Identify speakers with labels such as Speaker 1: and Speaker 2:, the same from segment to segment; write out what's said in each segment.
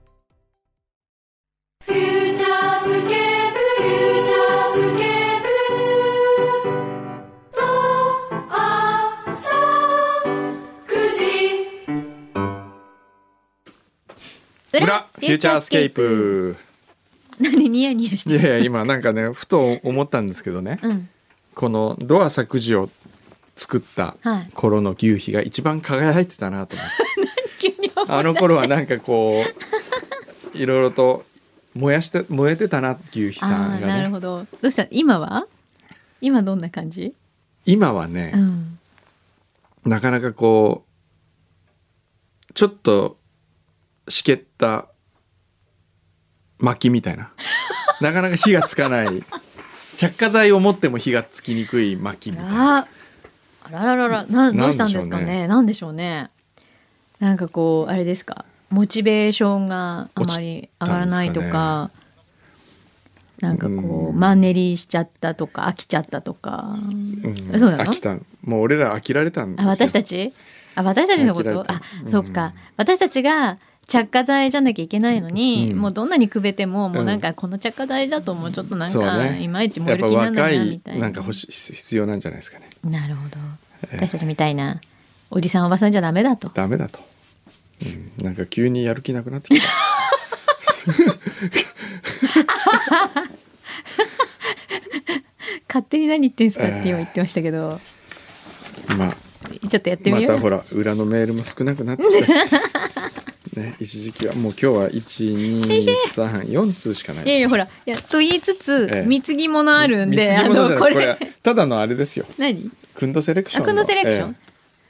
Speaker 1: フューチャースケープフューチャースケープル」「とあさ9時」
Speaker 2: 裏フューチャースケープ
Speaker 3: 何ニヤニヤし
Speaker 2: い
Speaker 3: て
Speaker 2: やい
Speaker 3: る
Speaker 2: や今なんか ねふと思ったんですけどね、
Speaker 3: うん
Speaker 2: このドア作時を作った
Speaker 3: はい
Speaker 2: 頃の牛皮が一番輝いてたなと思って、
Speaker 3: 急に思う
Speaker 2: あの頃はなんかこ ういろいろと燃やして燃えてたな牛皮
Speaker 3: あ
Speaker 2: さん
Speaker 3: ーな
Speaker 2: が
Speaker 3: る
Speaker 2: ね
Speaker 3: ほどどうした今は今どんな感じ
Speaker 2: 今はね
Speaker 3: う、ん
Speaker 2: なかなかこうちょっとしけった薪みた いななかなか火がつかない着火剤を持っても火がつきにくい薪みたいな。
Speaker 3: あーあららららなどうしたんですかねなんでしょうねなんかこうあれですかモチベーションがあまり上がらないとかなんかこ
Speaker 2: う
Speaker 3: うんマンネリしちゃったとか飽きちゃったとか、
Speaker 2: うん
Speaker 3: そうなの
Speaker 2: 飽きたもう俺ら飽きられたんです
Speaker 3: あ
Speaker 2: よ
Speaker 3: 私たちあ私たちのこ
Speaker 2: 嫌いだっ
Speaker 3: と
Speaker 2: た
Speaker 3: あ、
Speaker 2: うん
Speaker 3: そっか私たちが着火剤じゃなきゃいけないのに、
Speaker 2: うん
Speaker 3: もうどんなにくべても、もううんなんかこの着火剤だともうちょっとなん
Speaker 2: そう
Speaker 3: か、
Speaker 2: ね
Speaker 3: いまいち燃
Speaker 2: や
Speaker 3: え
Speaker 2: っ
Speaker 3: る
Speaker 2: ぱ
Speaker 3: 気にならな
Speaker 2: 若
Speaker 3: いなみ
Speaker 2: い
Speaker 3: たいな
Speaker 2: なんか欲し必要なんじゃないですかね
Speaker 3: なるほど
Speaker 2: え
Speaker 3: 私たちみたいなおじさんおばさんじゃダメだと
Speaker 2: ダメだと、うん、なんか急にやる気なくなってきた
Speaker 3: 勝手に何言ってんすかって今言ってましたけど、
Speaker 2: まあ
Speaker 3: ちょっとやってみ
Speaker 2: ま
Speaker 3: よう、
Speaker 2: たほら裏のメールも少なくなってきたしね一時期はもう今日は1234通しかない
Speaker 3: いやいやほらいやと言いつつ、
Speaker 2: ええ
Speaker 3: 貢ぎ物あるんで
Speaker 2: 貢
Speaker 3: あ
Speaker 2: ぎ物じ
Speaker 3: の
Speaker 2: ゃ
Speaker 3: こ
Speaker 2: ない
Speaker 3: れ
Speaker 2: ですこれただのあれですよ
Speaker 3: 何
Speaker 2: くんどセレクショ
Speaker 3: あく
Speaker 2: ンの
Speaker 3: んのセレクション、
Speaker 2: え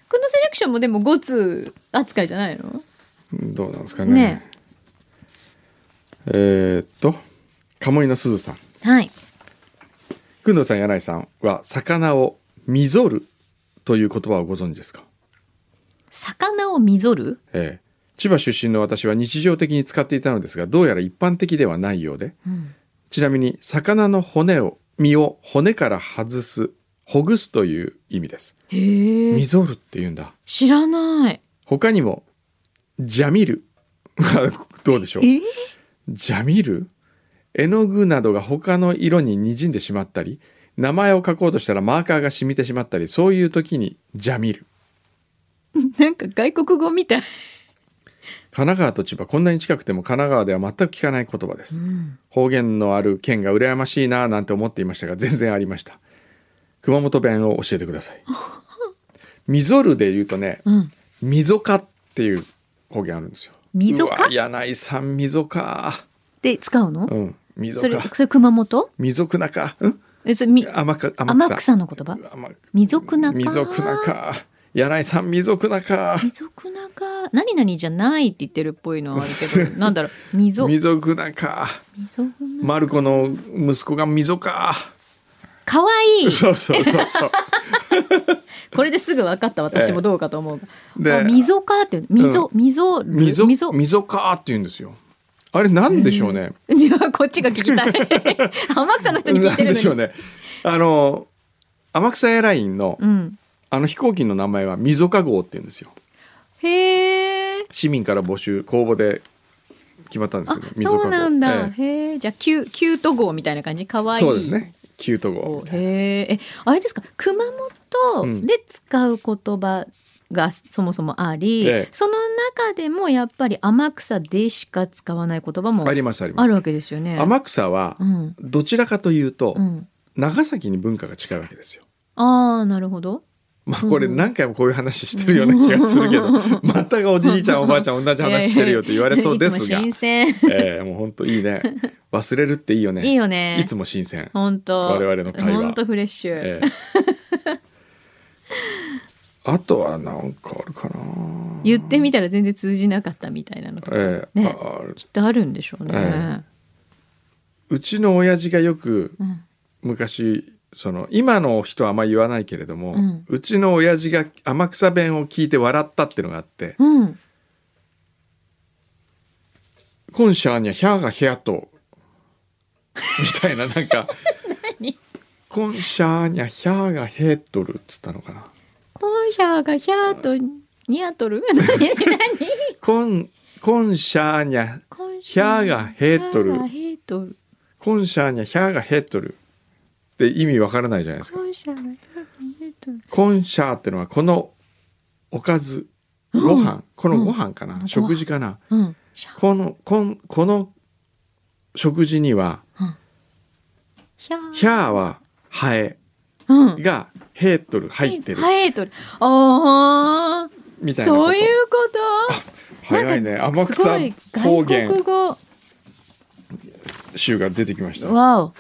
Speaker 3: くんのセレクションもでも5通扱いじゃないの
Speaker 2: えどうなんですかね
Speaker 3: ね
Speaker 2: えーっと鴨居のすずさん
Speaker 3: はい
Speaker 2: 工藤さん柳井さんは魚を「みぞる」という言葉をご存知ですか、
Speaker 3: 魚をみぞる
Speaker 2: ええ千葉出身の私は日常的に使っていたのですがどうやら一般的ではないようで、ちなみに魚の骨を身を骨から外すほぐすという意味です
Speaker 3: へえ
Speaker 2: みぞるっていうんだ
Speaker 3: 知らない
Speaker 2: 他にも「じゃみる」 どうでしょう
Speaker 3: え
Speaker 2: ジャミル絵の具などが他の色に滲んでしまったり名前を書こうとしたらマーカーが染みてしまったりそういう時にジャミル
Speaker 3: なんか外国語みたい、
Speaker 2: 神奈川と千葉こんなに近くても神奈川では全く聞かない言葉です、方言のある県が羨ましいなぁなんて思っていましたが全然ありました熊本弁を教えてくだ さいみぞるで言うとね
Speaker 3: うん、
Speaker 2: みぞかっていう方言あるんですよ
Speaker 3: みぞ
Speaker 2: う
Speaker 3: か
Speaker 2: わ柳井さんみぞか
Speaker 3: で使うの、
Speaker 2: うんみぞ
Speaker 3: それ
Speaker 2: か
Speaker 3: それ熊本
Speaker 2: みぞくなかうん
Speaker 3: えそれみ
Speaker 2: 天か
Speaker 3: 天
Speaker 2: 天草
Speaker 3: 草の言葉
Speaker 2: 甘く
Speaker 3: 未俗なか
Speaker 2: 未俗なか柳井さん未俗なか
Speaker 3: みぞくなか何々じゃないって言ってるっぽいのはある けどなんだろうみぞみ
Speaker 2: 未俗なか
Speaker 3: ぞくな
Speaker 2: マルコの息子が未俗か
Speaker 3: かわいい
Speaker 2: そうそうそう そう
Speaker 3: これですぐ分かった私もどうかと思う、
Speaker 2: えで
Speaker 3: あみぞかってみぞみぞる
Speaker 2: 未
Speaker 3: み
Speaker 2: 俗
Speaker 3: ぞ
Speaker 2: 未俗かって言うんですよあれなんでしょうね
Speaker 3: じゃあこっちが聞きたい天草の人に聞
Speaker 2: ないん
Speaker 3: てる
Speaker 2: でしょ
Speaker 3: の
Speaker 2: う
Speaker 3: に
Speaker 2: ねあの天草エアラインの、
Speaker 3: うん
Speaker 2: あの飛行機の名前は未俗号って言うんですよ
Speaker 3: へえ
Speaker 2: 市民から募集公募で決まったんです
Speaker 3: あ
Speaker 2: けど未俗
Speaker 3: そ
Speaker 2: 号
Speaker 3: うなんだ、
Speaker 2: ええ
Speaker 3: へえじゃあキュキュート号みたいな感じかわいい
Speaker 2: そうですねキュート号
Speaker 3: こうへええあれですか熊本で使う言葉がそもそもあり、
Speaker 2: ええ
Speaker 3: その中でもやっぱり天草でしか使わない言葉も
Speaker 2: ありますありま
Speaker 3: あ
Speaker 2: す
Speaker 3: るわけですよね
Speaker 2: 天草は
Speaker 3: うん
Speaker 2: どちらかというと、
Speaker 3: うん
Speaker 2: 長崎に文化が近いわけですよ。
Speaker 3: ああなるほど
Speaker 2: まあこれ何回もこういう話してるような気がするけ ど、またがお じいちゃんおばあちゃん同じ話してるよって言われそうですが
Speaker 3: いやいや、いつも新 鮮
Speaker 2: ええもう本当いいね。忘れるっていいよね。
Speaker 3: いいよね
Speaker 2: いつも新鮮。
Speaker 3: 本当
Speaker 2: 我々の会話
Speaker 3: 本当フレッシュ、
Speaker 2: ええあとはなんかあるかな
Speaker 3: 言ってみたら全然通じなかったみたいなのとか、
Speaker 2: ええ
Speaker 3: ね
Speaker 2: あある
Speaker 3: きっとあるんでしょうね、
Speaker 2: えうちの親父がよく
Speaker 3: うん
Speaker 2: 昔その今の人はあんま言わないけれども、
Speaker 3: う
Speaker 2: うんちの親父が天草弁を聞いて笑ったっていうのがあって
Speaker 3: うん
Speaker 2: 「今シャーにはヒャーがヒャーと」みたいななんか「今シャーにはヒャーがヘーとる」っつったのかな
Speaker 3: 今夜がヒャーとニャーとる 何何
Speaker 2: 「今今シャーにゃ
Speaker 3: 今
Speaker 2: ヒャーがヘーとる
Speaker 3: ヒャーがヘーとる
Speaker 2: 今シャーにゃヒャーがヘーとる」って意味わからないじゃないですか。
Speaker 3: 今夜がヒャーがヘーとる
Speaker 2: コンシャーってのはこのおかずご飯、このご飯かな、
Speaker 3: うん
Speaker 2: 食事かな
Speaker 3: うんシャー
Speaker 2: このこんこの食事には
Speaker 3: ヒャー
Speaker 2: ヒャーはハエ
Speaker 3: うん
Speaker 2: がヘートル入ってる
Speaker 3: 入ってるああ
Speaker 2: みたいなこと
Speaker 3: そういうこと
Speaker 2: 早いね
Speaker 3: なん
Speaker 2: 天
Speaker 3: かすご
Speaker 2: 草
Speaker 3: い
Speaker 2: 方
Speaker 3: 外国
Speaker 2: 言
Speaker 3: 語
Speaker 2: 集が出てきました
Speaker 3: わ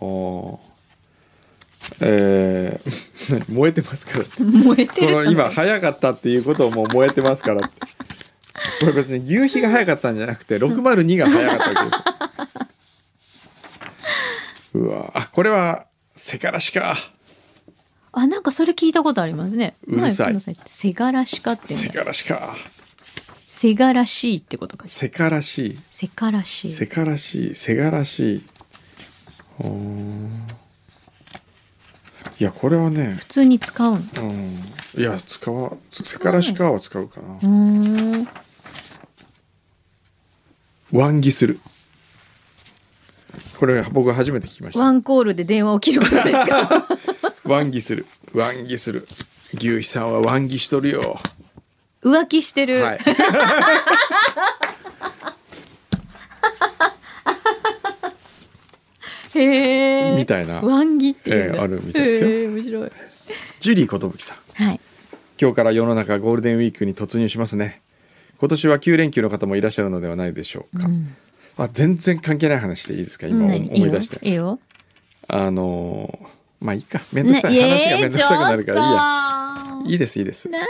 Speaker 3: お
Speaker 2: おえー 燃えてますからこ
Speaker 3: 燃えてる
Speaker 2: の今
Speaker 3: その
Speaker 2: 早かったっていうことをもう燃えてますからってこれ別に夕日が早かったんじゃなくて602が早かったわけですうわあこれはせからしか
Speaker 3: あなんかそれ聞いたことありますね
Speaker 2: うるさい
Speaker 3: 前近藤さんせがらしかって
Speaker 2: せ
Speaker 3: ね
Speaker 2: からしか
Speaker 3: せがらしいってことか
Speaker 2: せからしい
Speaker 3: せからしい
Speaker 2: せからしいせがらしいほーいやこれはね
Speaker 3: 普通に使うのう
Speaker 2: うんいや使わせからしかは使うかな
Speaker 3: ーん
Speaker 2: ワンギするこれ僕初めて聞きました
Speaker 3: ワンコールで電話を切ることですか
Speaker 2: ワンギするワンギする牛肥さんはワンギしとるよ
Speaker 3: 浮気してる、
Speaker 2: はい
Speaker 3: へえ
Speaker 2: みたいな
Speaker 3: ワンギっていうんだ
Speaker 2: ええあるみたいですよ
Speaker 3: へえ面白い
Speaker 2: ジュリー寿さん
Speaker 3: はい
Speaker 2: 今日から世の中ゴールデンウィークに突入しますね今年は9連休の方もいらっしゃるのではないでしょうか、あ全然関係ない話でいいですか今思
Speaker 3: 何いい
Speaker 2: い
Speaker 3: よ
Speaker 2: 出して
Speaker 3: いいよ
Speaker 2: あのーまあいいか面倒くさい、話が面倒くさくなるからいいや
Speaker 3: い
Speaker 2: いいですいいです
Speaker 3: 何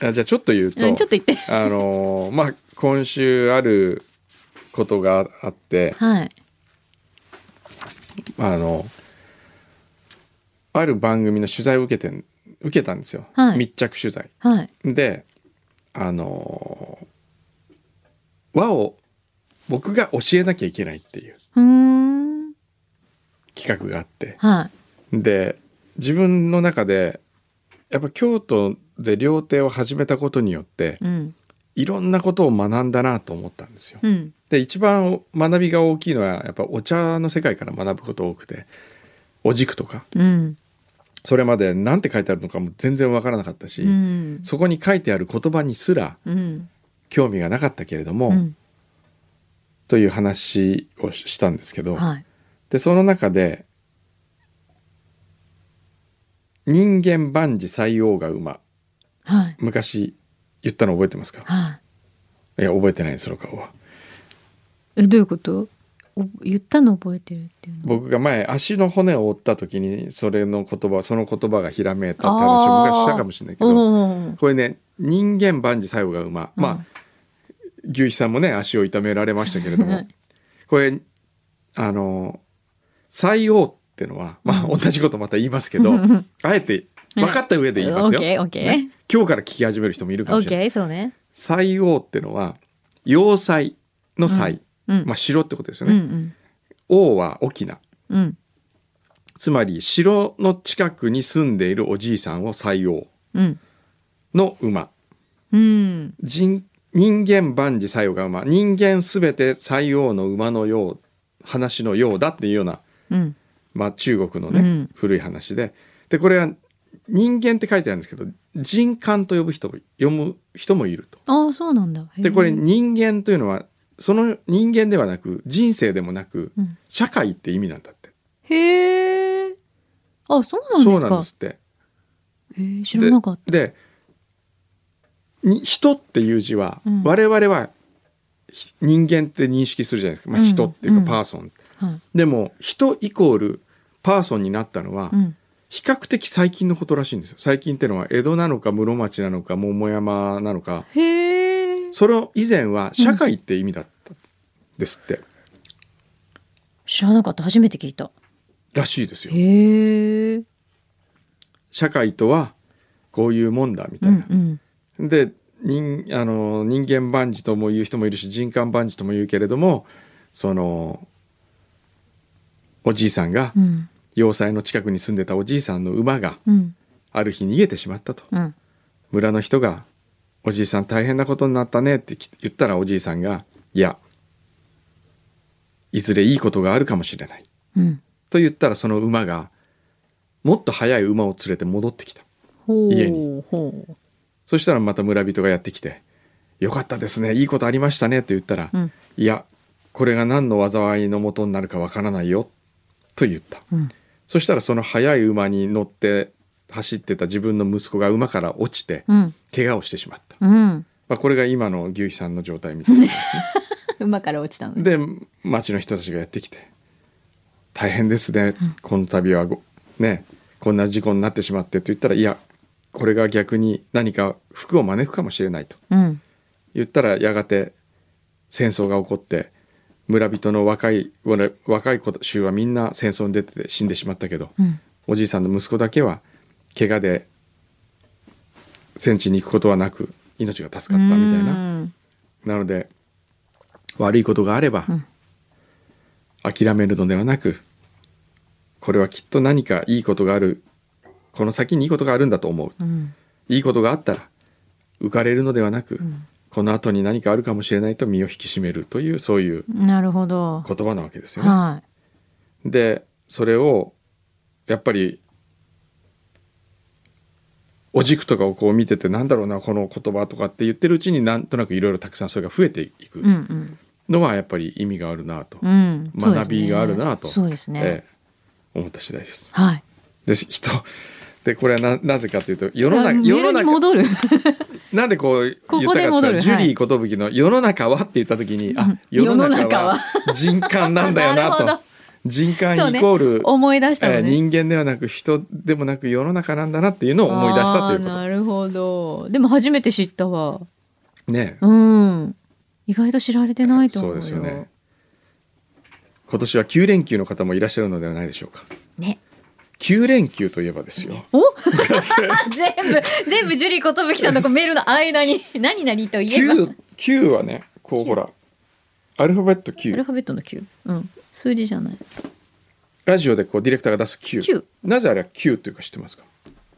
Speaker 2: あじゃあちょっと言うと、
Speaker 3: うんちょっと言って
Speaker 2: あのーまあ今週あることがあって
Speaker 3: はい
Speaker 2: あのある番組の取材を受けてん受けたんですよ、
Speaker 3: はい
Speaker 2: 密着取材
Speaker 3: はい
Speaker 2: であのー和を僕が教えなきゃいけないっていう
Speaker 3: うーん
Speaker 2: 企画があって
Speaker 3: はい
Speaker 2: で自分の中でやっぱ京都で料亭を始めたことによって
Speaker 3: うん
Speaker 2: いろんなことを学んだなと思ったんですよ。
Speaker 3: うん
Speaker 2: で一番学びが大きいのはやっぱお茶の世界から学ぶこと多くてお軸とか
Speaker 3: うん
Speaker 2: それまで何て書いてあるのかも全然わからなかったし、
Speaker 3: うん
Speaker 2: そこに書いてある言葉にすら
Speaker 3: うん
Speaker 2: 興味がなかったけれども、
Speaker 3: うん
Speaker 2: という話をしたんですけど、
Speaker 3: はい
Speaker 2: でその中で「人間万事塞翁が馬
Speaker 3: はい」
Speaker 2: 昔言ったの覚えてますか
Speaker 3: はい
Speaker 2: いや覚えてないその顔は。
Speaker 3: えどういうことお言ったの覚えてるっていうの
Speaker 2: 僕が前足の骨を折った時にそれの言葉その言葉がひらめいたって話を
Speaker 3: あー
Speaker 2: 昔したかもしれないけど
Speaker 3: おー
Speaker 2: これね人間万事最後が馬、まあ牛肥さんもね足を痛められましたけれど
Speaker 3: は
Speaker 2: も
Speaker 3: い
Speaker 2: これあの西王ってのはまあ同じことまた言います けど、あえて分かった上で言いますよ、
Speaker 3: はい オッケーオッケー
Speaker 2: ね今日から聞き始める人もいるか
Speaker 3: オ
Speaker 2: も
Speaker 3: ッ
Speaker 2: しれない
Speaker 3: ケーそうね
Speaker 2: 西王ってのは要塞の西、
Speaker 3: うん
Speaker 2: まあ城ってことですよ
Speaker 3: う
Speaker 2: ね、
Speaker 3: ん
Speaker 2: 王は沖縄
Speaker 3: うんうん
Speaker 2: つまり城の近くに住んでいるおじいさんを採用
Speaker 3: うん
Speaker 2: の馬
Speaker 3: うん
Speaker 2: 人人間万事採用が馬人間すべて採用の馬のよう話のようだっていうような、
Speaker 3: うん
Speaker 2: まあ、中国のね、
Speaker 3: うん
Speaker 2: 古い話ででこれは人間って書いてあるんですけど人間と呼ぶ人も読む人もいると。
Speaker 3: ああそうなんだへー
Speaker 2: でこれ人間というのはその人間ではなく人生でもなく
Speaker 3: うん
Speaker 2: 社会って意味なんだって。
Speaker 3: へえあそうなん
Speaker 2: そ
Speaker 3: で
Speaker 2: う
Speaker 3: す
Speaker 2: なん
Speaker 3: か
Speaker 2: ですって。
Speaker 3: へー知らなかった
Speaker 2: ででに人っていう字は、
Speaker 3: うん
Speaker 2: 我々はひ人間って認識するじゃないですか、まあ、
Speaker 3: うん
Speaker 2: 人っていう
Speaker 3: うん
Speaker 2: かパーソン、
Speaker 3: はい
Speaker 2: でも人イコールパーソンになったのは、
Speaker 3: うん
Speaker 2: 比較的最近のことらしいんですよ最近ってのは江戸なのか室町なのか桃山なのか
Speaker 3: へえ
Speaker 2: それを以前は社会って意味だったんですって、
Speaker 3: 知らなかった初めて聞いた
Speaker 2: らしいですよ
Speaker 3: へえ
Speaker 2: 社会とはこういうもんだみた
Speaker 3: う
Speaker 2: い
Speaker 3: ん
Speaker 2: な、
Speaker 3: うん
Speaker 2: で人あの人間万事とも言う人もいるし人間万事とも言うけれどもそのおじいさんが
Speaker 3: うん
Speaker 2: 要塞の近くに住んでたおじいさんの馬が
Speaker 3: うん
Speaker 2: ある日逃げてしまったと
Speaker 3: うん
Speaker 2: 村の人が「おじいさん大変なことになったね」ってき言ったらおじいさんが「いやいずれいいことがあるかもしれない
Speaker 3: うん」
Speaker 2: と言ったらその馬がもっと速い馬を連れて戻ってきた
Speaker 3: ほう
Speaker 2: 家に
Speaker 3: ほう
Speaker 2: そしたらまた村人がやってきて「よかったですねいいことありましたね」と言ったら「
Speaker 3: うん
Speaker 2: いやこれが何の災いのもとになるかわからないよ」と言った、
Speaker 3: うん
Speaker 2: そしたらその速い馬に乗って走ってた自分の息子が馬から落ちて
Speaker 3: うん
Speaker 2: 怪我をしてしまった、
Speaker 3: うん
Speaker 2: まあ、これが今の牛肥さんの状態みたいなですね
Speaker 3: 馬から落ちたのね
Speaker 2: で町の人たちがやってきて「大変ですねこの度はごねこんな事故になってしまって」と言ったら「いやこれが逆に何か福を招くかもしれない」と
Speaker 3: うん
Speaker 2: 言ったらやがて戦争が起こって村人の若い我若い子衆はみんな戦争に出てて死んでしまったけど、
Speaker 3: うん
Speaker 2: おじいさんの息子だけは怪我で戦地に行くことはなく命が助かったみたいな。
Speaker 3: うん
Speaker 2: なので悪いことがあれば、諦めるのではなくこれはきっと何かいいことがあるこの先にいいことがあるんだと思う、
Speaker 3: ん
Speaker 2: いいことがあったら浮かれるのではなく、この後に何かあるかもしれないと身を引き締めるというそういう
Speaker 3: なるほど
Speaker 2: 言葉なわけですよね。
Speaker 3: は
Speaker 2: でそれをやっぱりお軸とかをこう見ててなんだろうなこの言葉とかって言ってるうちになんとなくいろいろたくさんそれが増えていく
Speaker 3: いうん
Speaker 2: のはやっぱり意味があるなと、
Speaker 3: うんうんそうです
Speaker 2: 学びがあるなと、
Speaker 3: ね、そうですね、
Speaker 2: ええ思った次第です。
Speaker 3: はい
Speaker 2: で人でこれはななぜかというと世の中
Speaker 3: あメール
Speaker 2: 世の
Speaker 3: に
Speaker 2: 中
Speaker 3: 戻る
Speaker 2: なんでこう
Speaker 3: こ
Speaker 2: 言
Speaker 3: こ
Speaker 2: った
Speaker 3: で
Speaker 2: かっ
Speaker 3: 戻
Speaker 2: てさ
Speaker 3: る
Speaker 2: ジュリー寿の「世の中は」って言った時に、あ世
Speaker 3: 世
Speaker 2: の
Speaker 3: の
Speaker 2: 中
Speaker 3: 中
Speaker 2: は
Speaker 3: は
Speaker 2: 人感なんだよな と
Speaker 3: なるほど
Speaker 2: 人感
Speaker 3: そう
Speaker 2: イ
Speaker 3: ね
Speaker 2: コール、
Speaker 3: 思い出したの
Speaker 2: ええ
Speaker 3: ね、
Speaker 2: 人間ではなく人でもなく世の中なんだなっていうのを思い出したとい
Speaker 3: あー
Speaker 2: うこと
Speaker 3: なるほどでも初めて知ったわ
Speaker 2: ねえ
Speaker 3: うん意外と知られてないと
Speaker 2: そ
Speaker 3: 思う
Speaker 2: う
Speaker 3: よ
Speaker 2: ですよね今年は9連休の方もいらっしゃるのではないでしょうか
Speaker 3: ね
Speaker 2: 9連休といえばですよ
Speaker 3: お 全部全部ジュリー寿さんのこうメールの間に 何々と言えば
Speaker 2: 9 9はねこうほらアルファベット
Speaker 3: アル
Speaker 2: 9
Speaker 3: ファベットの9、うん、数字じゃない
Speaker 2: ラジオでこうディレクターが出す9
Speaker 3: 九
Speaker 2: なぜあれは9というか知ってますか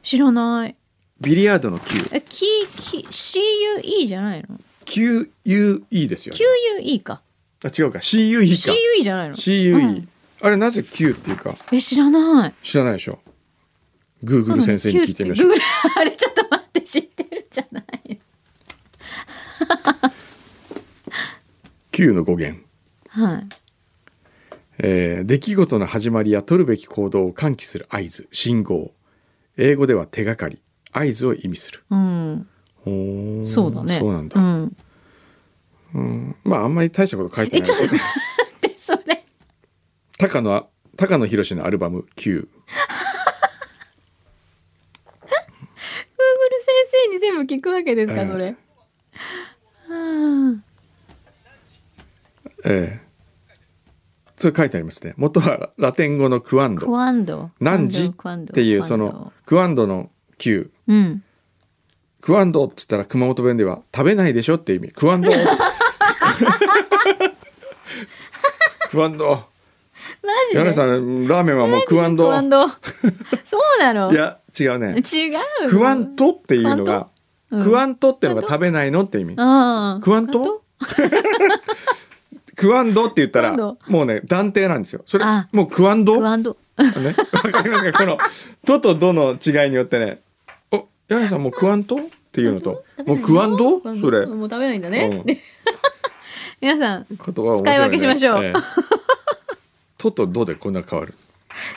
Speaker 3: 知らない
Speaker 2: ビリヤードの9
Speaker 3: えキーキ CUE じゃないの
Speaker 2: QUE ですよ、ね、
Speaker 3: QUE か
Speaker 2: あ違うか CUE か
Speaker 3: CUE じゃないの
Speaker 2: CUE、
Speaker 3: うん
Speaker 2: あれなぜ9っていうか
Speaker 3: え知らない
Speaker 2: 知らないでしょ Google 先生に聞いてみましょう
Speaker 3: グーグルあれちょっと待って知ってるじゃない
Speaker 2: 9の語源、
Speaker 3: はい
Speaker 2: えー出来事の始まりや取るべき行動を喚起する合図信号英語では手がかり合図を意味する
Speaker 3: うん
Speaker 2: ほー
Speaker 3: そうだね
Speaker 2: そうなんだ、
Speaker 3: ん、
Speaker 2: まああんまり大したこと書いてないですね
Speaker 3: でそれ
Speaker 2: 高野高野博のアルバム「
Speaker 3: グー
Speaker 2: Q
Speaker 3: グル先生に全部聞くわけですか、
Speaker 2: ええ
Speaker 3: それ。は」
Speaker 2: ええそれ書いてありますね元はラテン語のクワン
Speaker 3: あ
Speaker 2: ド
Speaker 3: クワンド。
Speaker 2: 何時
Speaker 3: クワンド
Speaker 2: っていう
Speaker 3: クワ
Speaker 2: そ
Speaker 3: ンド
Speaker 2: のクワンドの Q
Speaker 3: うん。
Speaker 2: クワンドっつったら熊本弁では食べないでしょって意味 クワンドクワンド
Speaker 3: マジで。
Speaker 2: 柳井さんラーメンはもうクワン
Speaker 3: ク
Speaker 2: ド
Speaker 3: ワン ド。そうなの。
Speaker 2: いや違うね
Speaker 3: 違う。
Speaker 2: クワン。トっていうのが
Speaker 3: うん
Speaker 2: クワントっていうのが食べないのって意味
Speaker 3: ああ。
Speaker 2: クワント クワンドって言ったら
Speaker 3: クワン
Speaker 2: もうね断定なんですよそれ
Speaker 3: あ
Speaker 2: もうクワンド
Speaker 3: クワンド。
Speaker 2: ね、 わかりますかこの「と」と「ど」の違いによってね「お柳井さんもうクワント?」っていうのと「もうクワンド?」それ、うん、
Speaker 3: もう食べないんだ
Speaker 2: 言
Speaker 3: ね。皆さん
Speaker 2: 葉を
Speaker 3: 使い分けしましょう
Speaker 2: 「と」と「ど」でこんな変わる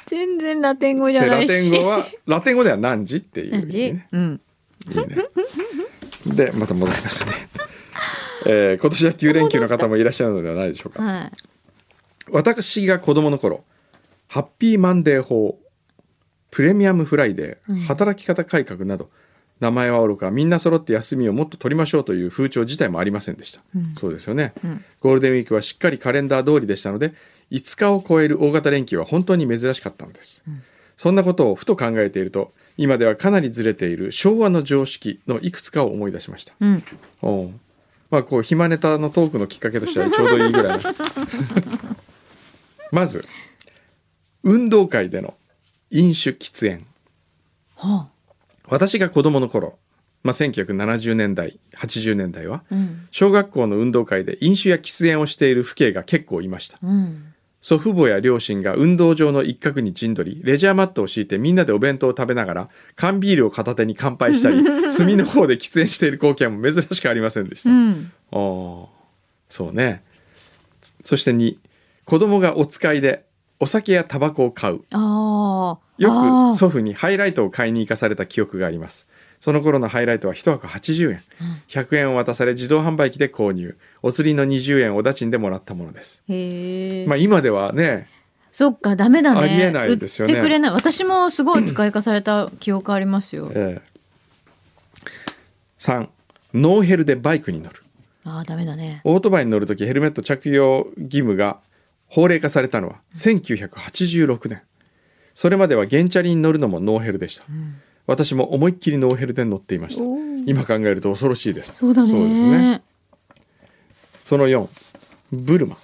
Speaker 3: 全然ラテン語じゃ
Speaker 2: で
Speaker 3: な
Speaker 2: ラ
Speaker 3: いし。
Speaker 2: テン語はラテン語では「何時」っていう 意
Speaker 3: 何
Speaker 2: 味
Speaker 3: 時
Speaker 2: ね。
Speaker 3: うん。
Speaker 2: いいねでまた戻りますね、えー今年は9連休の方もいらっしゃるのではないでしょうか
Speaker 3: はい。
Speaker 2: 私が子供の頃ハッピーマンデー法プレミアムフライデ
Speaker 3: うん
Speaker 2: ー働き方改革など、名前はおろかみんな揃って休みをもっと取りましょうという風潮自体もありませんでした、
Speaker 3: うん
Speaker 2: そうですよね、
Speaker 3: うん
Speaker 2: ゴールデンウィークはしっかりカレンダー通りでしたので5日を超える大型連休は本当に珍しかったのです、そんなことをふと考えていると今ではかなりずれている昭和の常識のいくつかを思い出しました
Speaker 3: うん
Speaker 2: おうまあこう暇ネタのトークのきっかけとしてはちょうどいいぐらいな まず運動会での飲酒喫煙
Speaker 3: は
Speaker 2: 私が子供の頃、まあ、1970年代80年代は
Speaker 3: あうん
Speaker 2: 小学校の運動会で飲酒や喫煙をしている父兄が結構いました
Speaker 3: うん
Speaker 2: 祖父母や両親が運動場の一角に陣取りレジャーマットを敷いてみんなでお弁当を食べながら缶ビールを片手に乾杯したり炭の方で喫煙している光景も珍しくありませんでした、
Speaker 3: うん
Speaker 2: あーそうねそそして2子供がお使いでお酒やタバコを買う
Speaker 3: ああ
Speaker 2: よく
Speaker 3: う
Speaker 2: 祖父にハイライトを買いに行かされた記憶がありますその頃のハイライトは1箱80円100円を渡され自動販売機で購入お釣りの20円をお駄賃でもらったものです
Speaker 3: へえ、
Speaker 2: まあ今ではね
Speaker 3: そっかダメだね
Speaker 2: ありえないですよね
Speaker 3: 売ってくれない私もすごい使い化された記憶ありますよ
Speaker 2: え3ノーヘルでバイクに乗る
Speaker 3: ああダメだね
Speaker 2: オートバイに乗るときヘルメット着用義務が法令化されたのは1986年それまでは原チャリに乗るのもノーヘルでした、私も思いっきりノーヘルで乗っていました
Speaker 3: おー
Speaker 2: 今考えると恐ろしいです
Speaker 3: そうだね
Speaker 2: ですその4ブルマ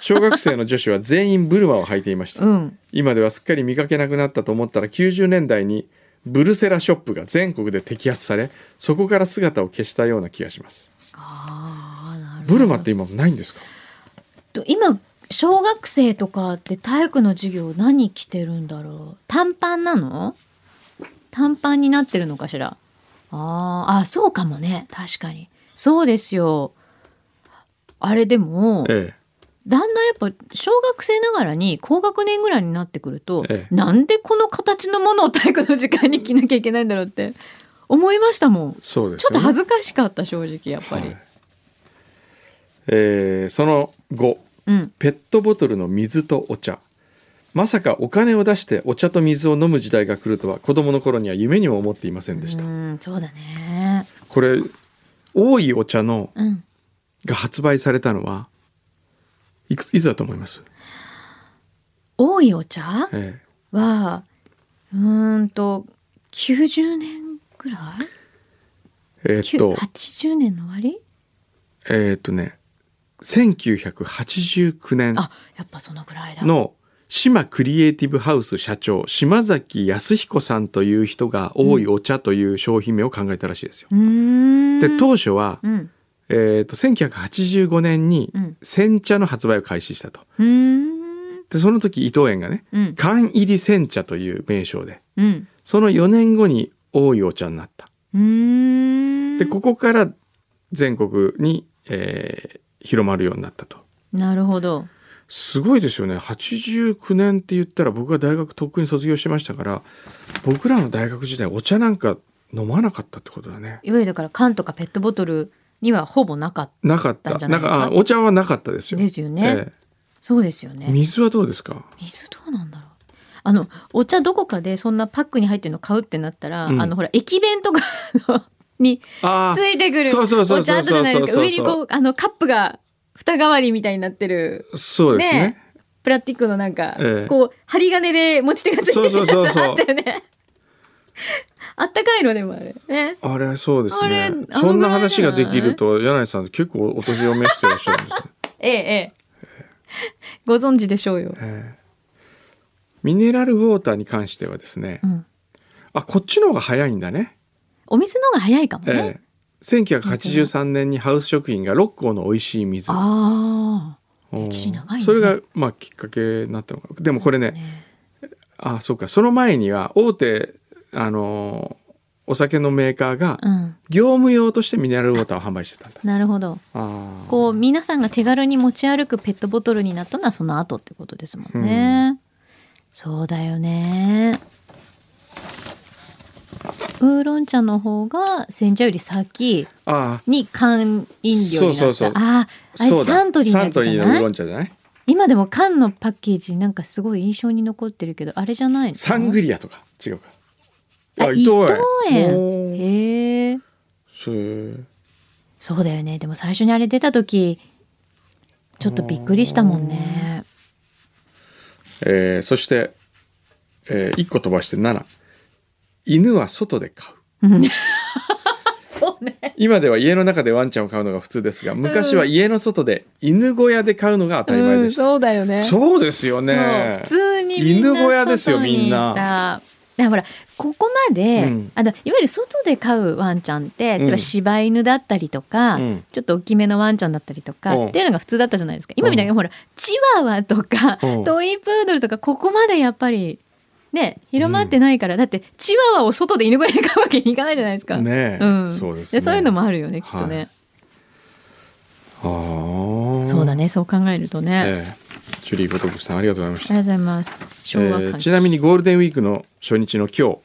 Speaker 2: 小学生の女子は全員ブルマを履いていました、
Speaker 3: うん
Speaker 2: 今ではすっかり見かけなくなったと思ったら90年代にブルセラショップが全国で摘発されそこから姿を消したような気がします
Speaker 3: ああなるほど
Speaker 2: ブルマって今もないんですか
Speaker 3: と今小学生とかって体育の授業何着てるんだろう短パンなの短パンになってるのかしらあーあそうかもね確かにそうですよあれでも
Speaker 2: え
Speaker 3: だんだんやっぱ小学生ながらに高学年ぐらいになってくると、
Speaker 2: ええ
Speaker 3: なんでこの形のものを体育の時間に着なきゃいけないんだろうって思いましたもんち
Speaker 2: そうで
Speaker 3: ょ
Speaker 2: す
Speaker 3: っと
Speaker 2: よね
Speaker 3: 恥ずかしかった正直やっぱり、
Speaker 2: はいえーその5
Speaker 3: うん
Speaker 2: ペットボトルの水とお茶まさかお金を出してお茶と水を飲む時代が来るとは子供の頃には夢にも思っていませんでした、
Speaker 3: うんそうだね
Speaker 2: これ多いお茶の
Speaker 3: うん
Speaker 2: が発売されたのはいくついつだと思います、
Speaker 3: 多いお茶
Speaker 2: ええ
Speaker 3: はうーんと90年ぐら
Speaker 2: え
Speaker 3: い、
Speaker 2: ーっ
Speaker 3: きゅ
Speaker 2: と
Speaker 3: 80年の終わり
Speaker 2: えーっとね1989年
Speaker 3: あやっぱそのぐらいだ
Speaker 2: の島クリエイティブハウス社長島崎康彦さんという人が「多いお茶」という商品名を考えたらしいですよ。
Speaker 3: うーん
Speaker 2: で当初は、
Speaker 3: うん
Speaker 2: えー、と1985年に
Speaker 3: うん
Speaker 2: 煎茶の発売を開始したと。
Speaker 3: うーん
Speaker 2: でその時伊藤園がね
Speaker 3: うん
Speaker 2: 缶入り煎茶という名称で
Speaker 3: うん
Speaker 2: その4年後に多いお茶になった。
Speaker 3: うーん
Speaker 2: でここから全国に、えー広まるようになったと。
Speaker 3: なるほど
Speaker 2: すごいですよね89年って言ったら僕が大学とっくに卒業してましたから僕らの大学時代お茶なんか飲まなかったってことだね
Speaker 3: いわゆるだから缶とかペットボトルにはほぼなかっ
Speaker 2: なかった
Speaker 3: だったんじゃな
Speaker 2: な
Speaker 3: い
Speaker 2: ん
Speaker 3: ですか
Speaker 2: かあお茶はなかったです
Speaker 3: た
Speaker 2: よ
Speaker 3: ですよね、
Speaker 2: え
Speaker 3: そうですよ
Speaker 2: え
Speaker 3: ね
Speaker 2: 水はどうですか
Speaker 3: 水どうなんだろうあのお茶どこかでそんなパックに入ってるの買うってなったら、
Speaker 2: うん
Speaker 3: あのほら駅弁とかのに
Speaker 2: あ
Speaker 3: ついてくる
Speaker 2: そうそうそう
Speaker 3: お
Speaker 2: そ
Speaker 3: 茶あ
Speaker 2: う
Speaker 3: ったじ
Speaker 2: そ
Speaker 3: ゃ
Speaker 2: う
Speaker 3: ない
Speaker 2: そ
Speaker 3: で
Speaker 2: う
Speaker 3: すか上にこ
Speaker 2: そう
Speaker 3: あのカップが蓋代わりみたいになってる
Speaker 2: うそうですね
Speaker 3: プラスチックのなんか、
Speaker 2: ええ
Speaker 3: こう針金で持ち手がついてるやつ
Speaker 2: そうそうそうそう
Speaker 3: あったよねあったかいのでもあれね
Speaker 2: あれそうです
Speaker 3: あれあ
Speaker 2: ね
Speaker 3: のぐらい
Speaker 2: そんな話ができると柳井さん結構お年を召してらっしゃる んですね、
Speaker 3: ええええご存知でしょうよ、
Speaker 2: ええミネラルウォーターに関してはですね、
Speaker 3: うん、
Speaker 2: あこっちの方が早いんだね
Speaker 3: お水の方が早いかもね、
Speaker 2: ええ、1983年にハウス食品が六甲の美味しい水
Speaker 3: あ
Speaker 2: うん
Speaker 3: 歴史長いね
Speaker 2: それがまあきっかけになったのかでもこれね
Speaker 3: あ、ね
Speaker 2: あそうかその前には大手あのーお酒のメーカーが
Speaker 3: うん
Speaker 2: 業務用としてミネラルウォーターを販売してたんだ、
Speaker 3: なるほど
Speaker 2: ああ
Speaker 3: こう皆さんが手軽に持ち歩くペットボトルになったのはその後ってことですもんね。そうだよね。ウーロン茶の方が煎茶より先
Speaker 2: ああ
Speaker 3: に缶飲料になった。
Speaker 2: そうそうそう
Speaker 3: ああ、あれ
Speaker 2: そうだ
Speaker 3: サントリーのやつじゃ
Speaker 2: サントリーのウ
Speaker 3: な
Speaker 2: ー
Speaker 3: い
Speaker 2: ロン茶じゃない
Speaker 3: 今でも缶のパッケージなんかすごい印象に残ってるけどあれじゃないの
Speaker 2: サングリアとか違うか
Speaker 3: あ伊藤園
Speaker 2: おー
Speaker 3: へえ
Speaker 2: それ
Speaker 3: そうだよねでも最初にあれ出た時ちょっとびっくりしたもんね
Speaker 2: えーそして、え1個飛ばして7犬は外で飼う
Speaker 3: そうね
Speaker 2: 今では家の中でワンちゃんを飼うのが普通ですが昔は家の外で犬小屋で飼うのが当たり前でした、
Speaker 3: そうだよね
Speaker 2: そうですよ
Speaker 3: そう
Speaker 2: ね
Speaker 3: 普通にみんな
Speaker 2: 犬小屋ですよ
Speaker 3: 外にいた
Speaker 2: みんな
Speaker 3: だからほらここまで、
Speaker 2: うん
Speaker 3: あのいわゆる外で飼うワンちゃんって、
Speaker 2: うん
Speaker 3: 例えば柴犬だったりとか、
Speaker 2: うん
Speaker 3: ちょっと大きめのワンちゃんだったりとか、
Speaker 2: うん
Speaker 3: っていうのが普通だったじゃないですか今みたいに、ほらチワワとか、
Speaker 2: うん
Speaker 3: トイプードルとかここまでやっぱりね広まってないから、だってチワワを外で犬小屋で飼うわけにいかないじゃないですか。
Speaker 2: ねえ
Speaker 3: うん、
Speaker 2: そうですね
Speaker 3: そういうのもあるよねきっとね、
Speaker 2: はいああ
Speaker 3: そうだ
Speaker 2: ね、
Speaker 3: ねそう考えるとね、あり
Speaker 2: えージュリー・ボトブさんありがとうございまし
Speaker 3: がと
Speaker 2: た、
Speaker 3: うございます昭和
Speaker 2: え
Speaker 3: 感
Speaker 2: ーちなみにゴールデンウィークの初日の今日フュ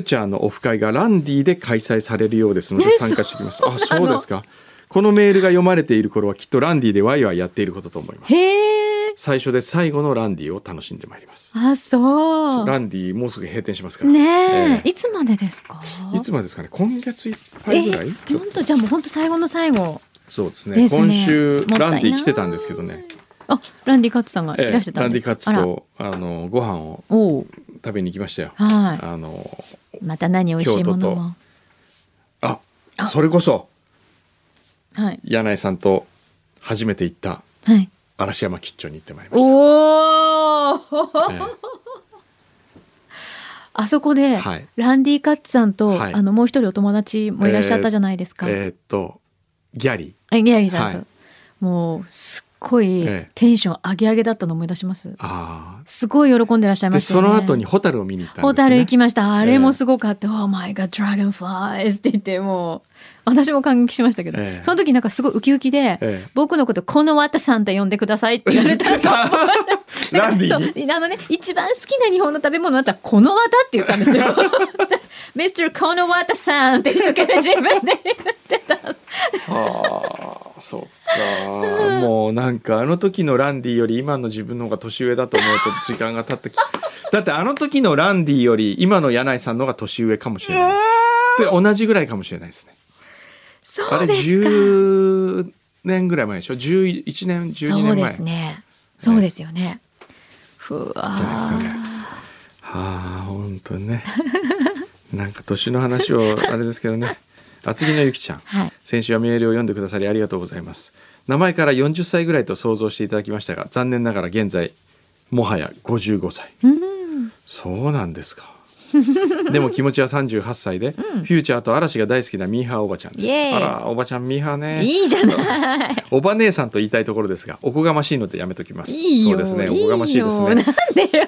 Speaker 2: ーチャーのオフ会がランディで開催されるようですので
Speaker 3: え
Speaker 2: 参加してきますあそうですかこのメールが読まれている頃はきっとランディでワイワイやっていることと思います
Speaker 3: へえ
Speaker 2: 最初で最後のランディを楽しんでまいります
Speaker 3: あそう
Speaker 2: ランディもうすぐ閉店しますから
Speaker 3: ねえ
Speaker 2: え、え
Speaker 3: いつまでですか。
Speaker 2: いつまでですかね今月いっぱいぐらいちょ
Speaker 3: 本当じゃあもう本当最後の最後。
Speaker 2: そうですね
Speaker 3: ですね
Speaker 2: 今週
Speaker 3: もったいな
Speaker 2: ランディ来てたんですけどね、
Speaker 3: あ、ランディカッツさんが
Speaker 2: ええ
Speaker 3: いらしてた
Speaker 2: ラ
Speaker 3: ん
Speaker 2: ンデ
Speaker 3: です
Speaker 2: ィカ
Speaker 3: か。
Speaker 2: ッ
Speaker 3: あら。
Speaker 2: ツとあのご飯を
Speaker 3: おう
Speaker 2: 食べに行きましたよ
Speaker 3: は
Speaker 2: あの
Speaker 3: い。また何美味しいもの
Speaker 2: 京
Speaker 3: も。
Speaker 2: あ
Speaker 3: あ
Speaker 2: それこそ
Speaker 3: はい
Speaker 2: 柳井さんと初めて行った
Speaker 3: はい。
Speaker 2: 嵐山吉兆に行ってまいりまし
Speaker 3: おお。
Speaker 2: た、え
Speaker 3: あそこで、
Speaker 2: はい
Speaker 3: ランディカッツさんと、
Speaker 2: はい
Speaker 3: あのもう一人お友達もいらっしゃったじゃないですか。
Speaker 2: ええーっとギャリ
Speaker 3: えギャリーさん、
Speaker 2: はい
Speaker 3: そうもうすっごい
Speaker 2: ええ
Speaker 3: テンション上げ上げだったの思い出します。
Speaker 2: あ
Speaker 3: すごい喜んでらっしゃい
Speaker 2: あ
Speaker 3: ま
Speaker 2: で
Speaker 3: したよ
Speaker 2: そ
Speaker 3: ね。
Speaker 2: の後にホタルを見に行ったんです、ね、
Speaker 3: ホタル行きました。あ
Speaker 2: え
Speaker 3: れ
Speaker 2: え
Speaker 3: もすごかった。Oh my god, dragonflies! って言って、もう、私も感激しましたけど、
Speaker 2: ええ
Speaker 3: その時なんかすごいウキウキで、
Speaker 2: ええ
Speaker 3: 僕のこと、このわたさんって呼んでくださいって言われた。
Speaker 2: ランディ
Speaker 3: そう
Speaker 2: に
Speaker 3: あのね、一番好きな日本の食べ物だったら、このわたって言ったん ですよ。Mr. このわたさんって一生懸命自分で言ってた。
Speaker 2: ああ、そっか。もうなんかあの時のランディより今の自分の方が年上だと思うと時間が経ってきて。だってあの時のランディより今の柳井さんの方が年上かもしれない。で、同じぐらいかもしれないですね。あ
Speaker 3: そう
Speaker 2: れ
Speaker 3: ですか。
Speaker 2: 10年ぐらい前でしょ ?11 年、12
Speaker 3: そう
Speaker 2: 年
Speaker 3: で
Speaker 2: 前。
Speaker 3: すね。そうですよね。ふわー
Speaker 2: じゃないですかね。はあ、本当にね。なんか年の話をあれですけどね。厚木のゆきちゃん。
Speaker 3: はい。
Speaker 2: 先週はメールを読んでくださりありがとうございます名前から40歳ぐらいと想像していただきましたが残念ながら現在もはや55歳
Speaker 3: うん。
Speaker 2: そうなんですか でも気持ちは38歳で、フューチャーと嵐が大好きなミーハーおばちゃんで
Speaker 3: イ
Speaker 2: す
Speaker 3: エーイ
Speaker 2: あらおばちゃんミーハーね
Speaker 3: いいじゃない。
Speaker 2: おば姉さんと言いたいところですがおこがましいのでやめときます
Speaker 3: いいよ。
Speaker 2: そうですねおこがましいですね
Speaker 3: よなんで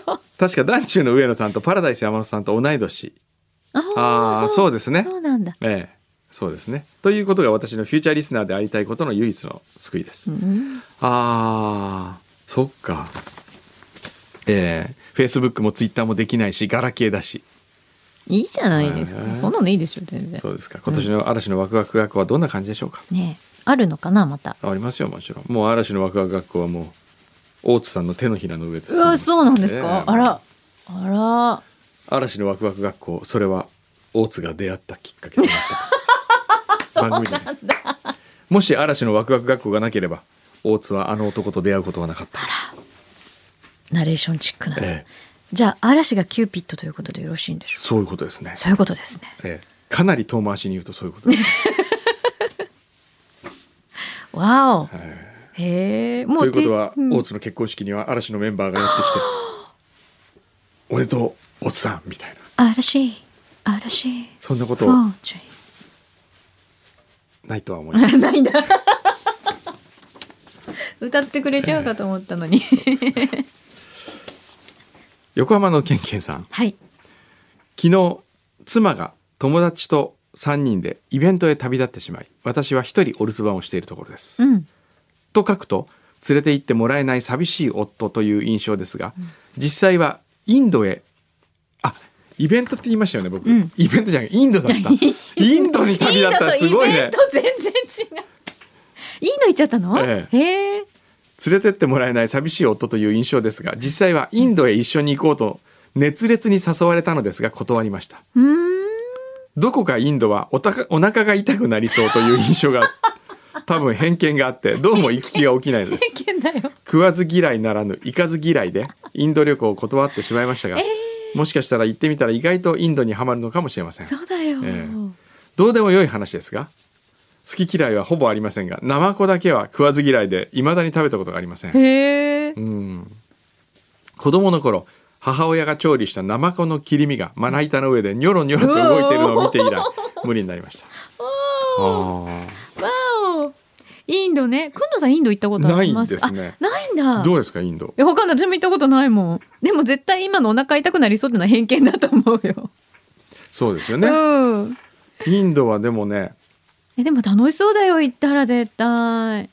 Speaker 3: よ。
Speaker 2: 確か団中の上野さんとパラダイス山本さんと同い年ああそうですね
Speaker 3: そうなんだ。
Speaker 2: ええそうですねということが私のフューチャーリスナーでありたいことの唯一の救いです、
Speaker 3: うん
Speaker 2: あーそっかええフェイスブックもツイッターもできないしガラケーだし
Speaker 3: いいじゃないです
Speaker 2: へ
Speaker 3: か。
Speaker 2: え
Speaker 3: そんなのいいですよ全然
Speaker 2: そ。うですか今年の嵐のワクワク学校はどんな感じでしょうか、
Speaker 3: ねえあるのかなまた。
Speaker 2: ありますよもちろんもう嵐のワクワク学校はもう大津さんの手のひらの上です
Speaker 3: うわそうなんです
Speaker 2: え
Speaker 3: か
Speaker 2: え。
Speaker 3: あらあ
Speaker 2: 嵐のワクワク学校それは大津が出会ったきっかけにな った番組でもし嵐のワクワク学校がなければ大津はあの男と出会うことはなかった、
Speaker 3: らナレーションチックな。
Speaker 2: ええ、
Speaker 3: じゃあ嵐がキューピッドということでよろしいんでしょうか。
Speaker 2: そういうことですね、
Speaker 3: そういうことですね。
Speaker 2: ええ、かなり遠回しに言うとそういうことですね、
Speaker 3: わお。
Speaker 2: ええ
Speaker 3: へえ。も
Speaker 2: ということは、
Speaker 3: てん
Speaker 2: 大津の結婚式には嵐のメンバーがや ってきて「俺と大津さん」みたいな
Speaker 3: 嵐嵐。
Speaker 2: そんなこと
Speaker 3: フォーチュン
Speaker 2: ないとは思いま す
Speaker 3: ないんだ。歌ってくれちゃうかと思ったのに。
Speaker 2: 横浜のけんけんさん
Speaker 3: はい。
Speaker 2: 昨日妻が友達と3人でイベントへ旅立ってしまい私は一人お留守番をしているところです、
Speaker 3: うん。
Speaker 2: と書くと連れて行ってもらえない寂しい夫という印象ですが、実際はインドへあイベントって言いましたよね僕、
Speaker 3: うん
Speaker 2: イベントじゃないインドだったインドに旅立ったらすごい
Speaker 3: イン
Speaker 2: ね
Speaker 3: ドとイベント全然違う。インド行っちゃったの？
Speaker 2: え
Speaker 3: へえ。
Speaker 2: 連れてってもらえない寂しい夫という印象ですが実際はインドへ一緒に行こうと熱烈に誘われたのですが断りました
Speaker 3: うーん
Speaker 2: どこかインドはおたかお腹が痛くなりそうという 印象が多分偏見があってどうも行く気が起きないの です
Speaker 3: 偏見だよ
Speaker 2: 食わず嫌いならぬ行かず嫌いでインド旅行を断ってしまいましたが、もしかしたら行ってみたら意外とインドにはまるのかもしれません
Speaker 3: そうだよ、
Speaker 2: えどうでも良い話ですが好き嫌いはほぼありませんがナマコだけは食わず嫌いで未だに食べたことがありません
Speaker 3: へえ
Speaker 2: うん子供の頃母親が調理したナマコの切り身がまな板の上でニョロニョロと動いているのを見て以来無理になりましたあ
Speaker 3: わおインドねくんどさんインド行ったことありますか
Speaker 2: ないんですね
Speaker 3: あないんだ
Speaker 2: ーどうですかインド
Speaker 3: いやわかんない私も行ったことないもんでも絶対今のお腹痛くなりそうってのは偏見だと思うよ、
Speaker 2: そうですよね
Speaker 3: うん
Speaker 2: インドはでもね
Speaker 3: えでも楽しそうだよ行ったら絶対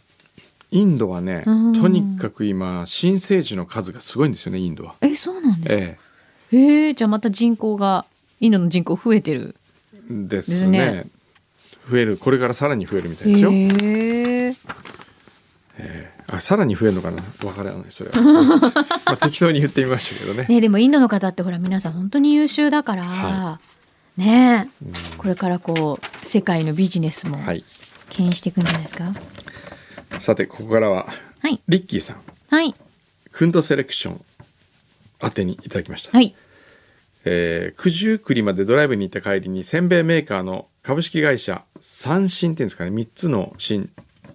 Speaker 2: インドはねと
Speaker 3: うん
Speaker 2: にかく今新生児の数がすごいんですよねインドは
Speaker 3: えそうなんですか
Speaker 2: え
Speaker 3: えー、じゃあまた人口がインドの人口増えてる
Speaker 2: えです
Speaker 3: です
Speaker 2: ね
Speaker 3: ね
Speaker 2: 増えるこれからさらに増えるみたい
Speaker 3: へ
Speaker 2: ですよ、え
Speaker 3: え
Speaker 2: えあさらに増えるのかなわからないそれ は、まあ、適当に言ってみましたけどね
Speaker 3: ねでもインドの方ってほら皆さん本当に優秀だから、
Speaker 2: は
Speaker 3: ねえこれからこう世界のビジネスも
Speaker 2: はい
Speaker 3: 牽引していくんじゃないですかはい
Speaker 2: さてここからは
Speaker 3: はい
Speaker 2: リッキーさん
Speaker 3: はい、
Speaker 2: クンドセレクション宛てにいただきました、えー九十九里までドライブに行った帰りにせんべいメーカーの株式会社三新っていうんですかね3つの新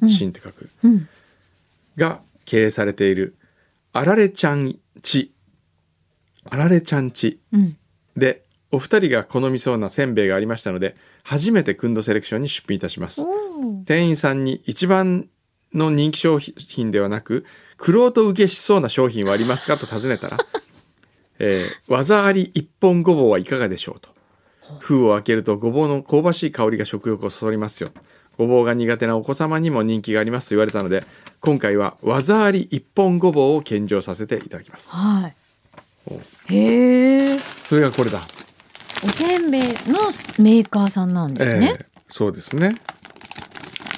Speaker 2: 新って書く、
Speaker 3: うん、
Speaker 2: が経営されているあられちゃんちあられちゃんち
Speaker 3: うん、
Speaker 2: でお二人が好みそうなせんべいがありましたので初めてクンドセレクションに出品いたします
Speaker 3: おー
Speaker 2: 店員さんに一番の人気商品ではなくくろうと受けしそうな商品はありますかと尋ねたら 「えー技あり一本ごぼうはいかがでしょう」と「封を開けるとごぼうの香ばしい香りが食欲をそそりますよ」「ごぼうが苦手なお子様にも人気があります」と言われたので今回は技あり一本ごぼうを献上させていただきます
Speaker 3: はいへえ
Speaker 2: それがこれだ、
Speaker 3: おせんべいのメーカーさんなんですね、
Speaker 2: えーそうですね